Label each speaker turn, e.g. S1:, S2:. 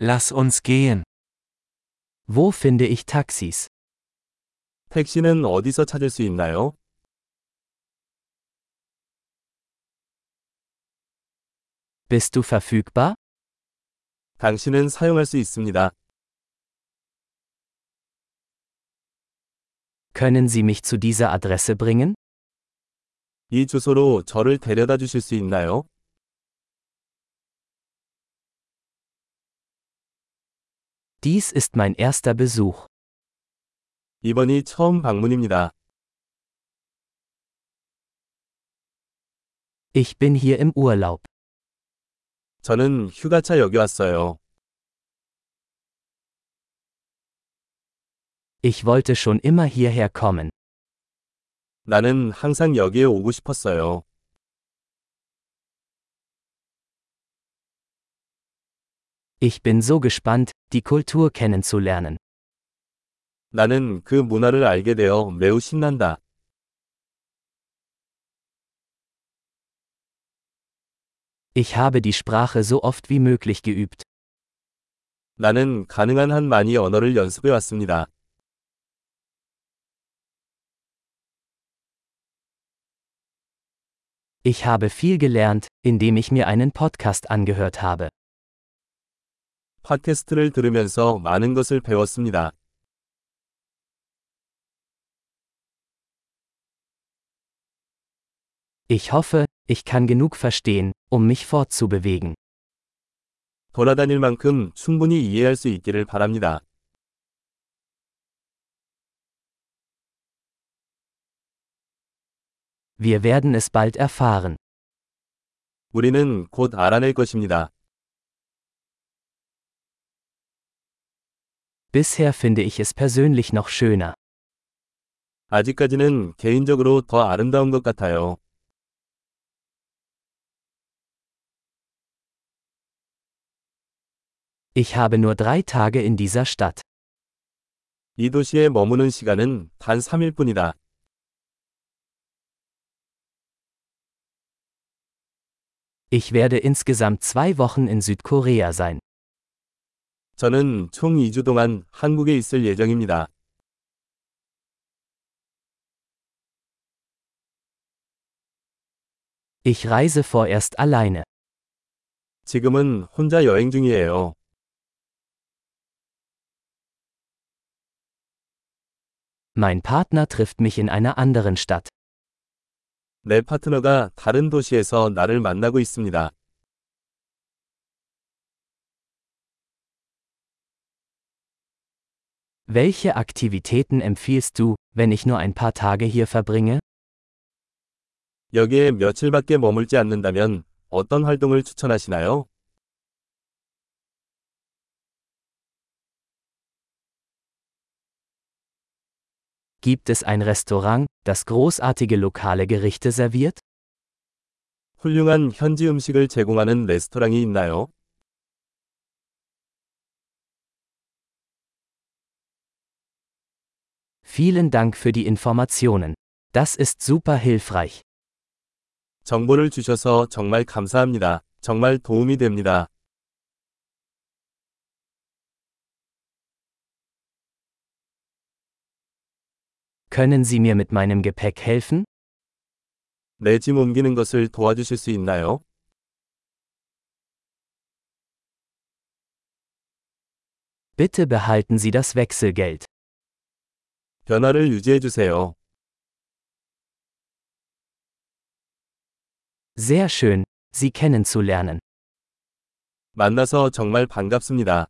S1: Lass uns gehen. Wo finde ich Taxis?
S2: 택시는 어디서 찾을 수 있나요?
S1: Bist du verfügbar?
S2: 당신은 사용할 수 있습니다.
S1: Können Sie mich zu dieser Adresse bringen?
S2: 이 주소로 저를 데려다 주실 수 있나요?
S1: Dies ist mein erster Besuch.
S2: 이번이 처음 방문입니다.
S1: Ich bin hier im Urlaub.
S2: 저는 휴가차 여기 왔어요.
S1: Ich wollte schon immer hierher kommen.
S2: 나는 항상 여기에 오고 싶었어요.
S1: Ich bin so gespannt, die Kultur kennenzulernen.
S2: 나는 그 문화를 알게 되어 매우 신난다.
S1: Ich habe die Sprache so oft wie möglich geübt.
S2: 나는 가능한 한 많이 언어를 연습해 왔습니다.
S1: Ich habe viel gelernt, indem ich mir einen Podcast angehört habe.
S2: 팟캐스트를 들으면서 많은 것을 배웠습니다.
S1: Ich hoffe, ich kann genug verstehen, um mich fortzubewegen.
S2: 돌아다닐 만큼 충분히 이해할 수 있기를 바랍니다.
S1: Wir werden es bald erfahren.
S2: 우리는 곧 알아낼 것입니다.
S1: Bisher finde ich es persönlich noch schöner.
S2: 아직까지는 개인적으로 더 아름다운 것 같아요.
S1: Ich habe nur drei Tage in dieser Stadt.
S2: 이 도시에 머무는 시간은 단 3일 뿐이다.
S1: Ich werde insgesamt zwei Wochen in Südkorea sein.
S2: 저는 총 2주 동안 한국에 있을 예정입니다.
S1: Ich reise vorerst alleine.
S2: 지금은 혼자 여행 중이에요.
S1: Mein Partner trifft mich in einer anderen Stadt.
S2: 내 파트너가 다른 도시에서 나를 만나고 있습니다.
S1: Welche Aktivitäten empfiehlst du, wenn ich nur ein paar Tage hier verbringe?
S2: 여기에 며칠밖에 머물지 않는다면 어떤 활동을 추천하시나요?
S1: Gibt es ein Restaurant, das großartige lokale Gerichte serviert?
S2: 훌륭한 현지 음식을 제공하는 레스토랑이 있나요?
S1: Vielen Dank für die Informationen. Das ist super hilfreich.
S2: 정보를 주셔서 정말 감사합니다. 정말 도움이 됩니다.
S1: Können Sie mir mit meinem Gepäck helfen?
S2: 내 짐 옮기는 것을 도와주실 수 있나요?
S1: Bitte behalten Sie das Wechselgeld.
S2: 변화를 유지해 주세요.
S1: Sehr schön, Sie kennenzulernen.
S2: 만나서 정말 반갑습니다.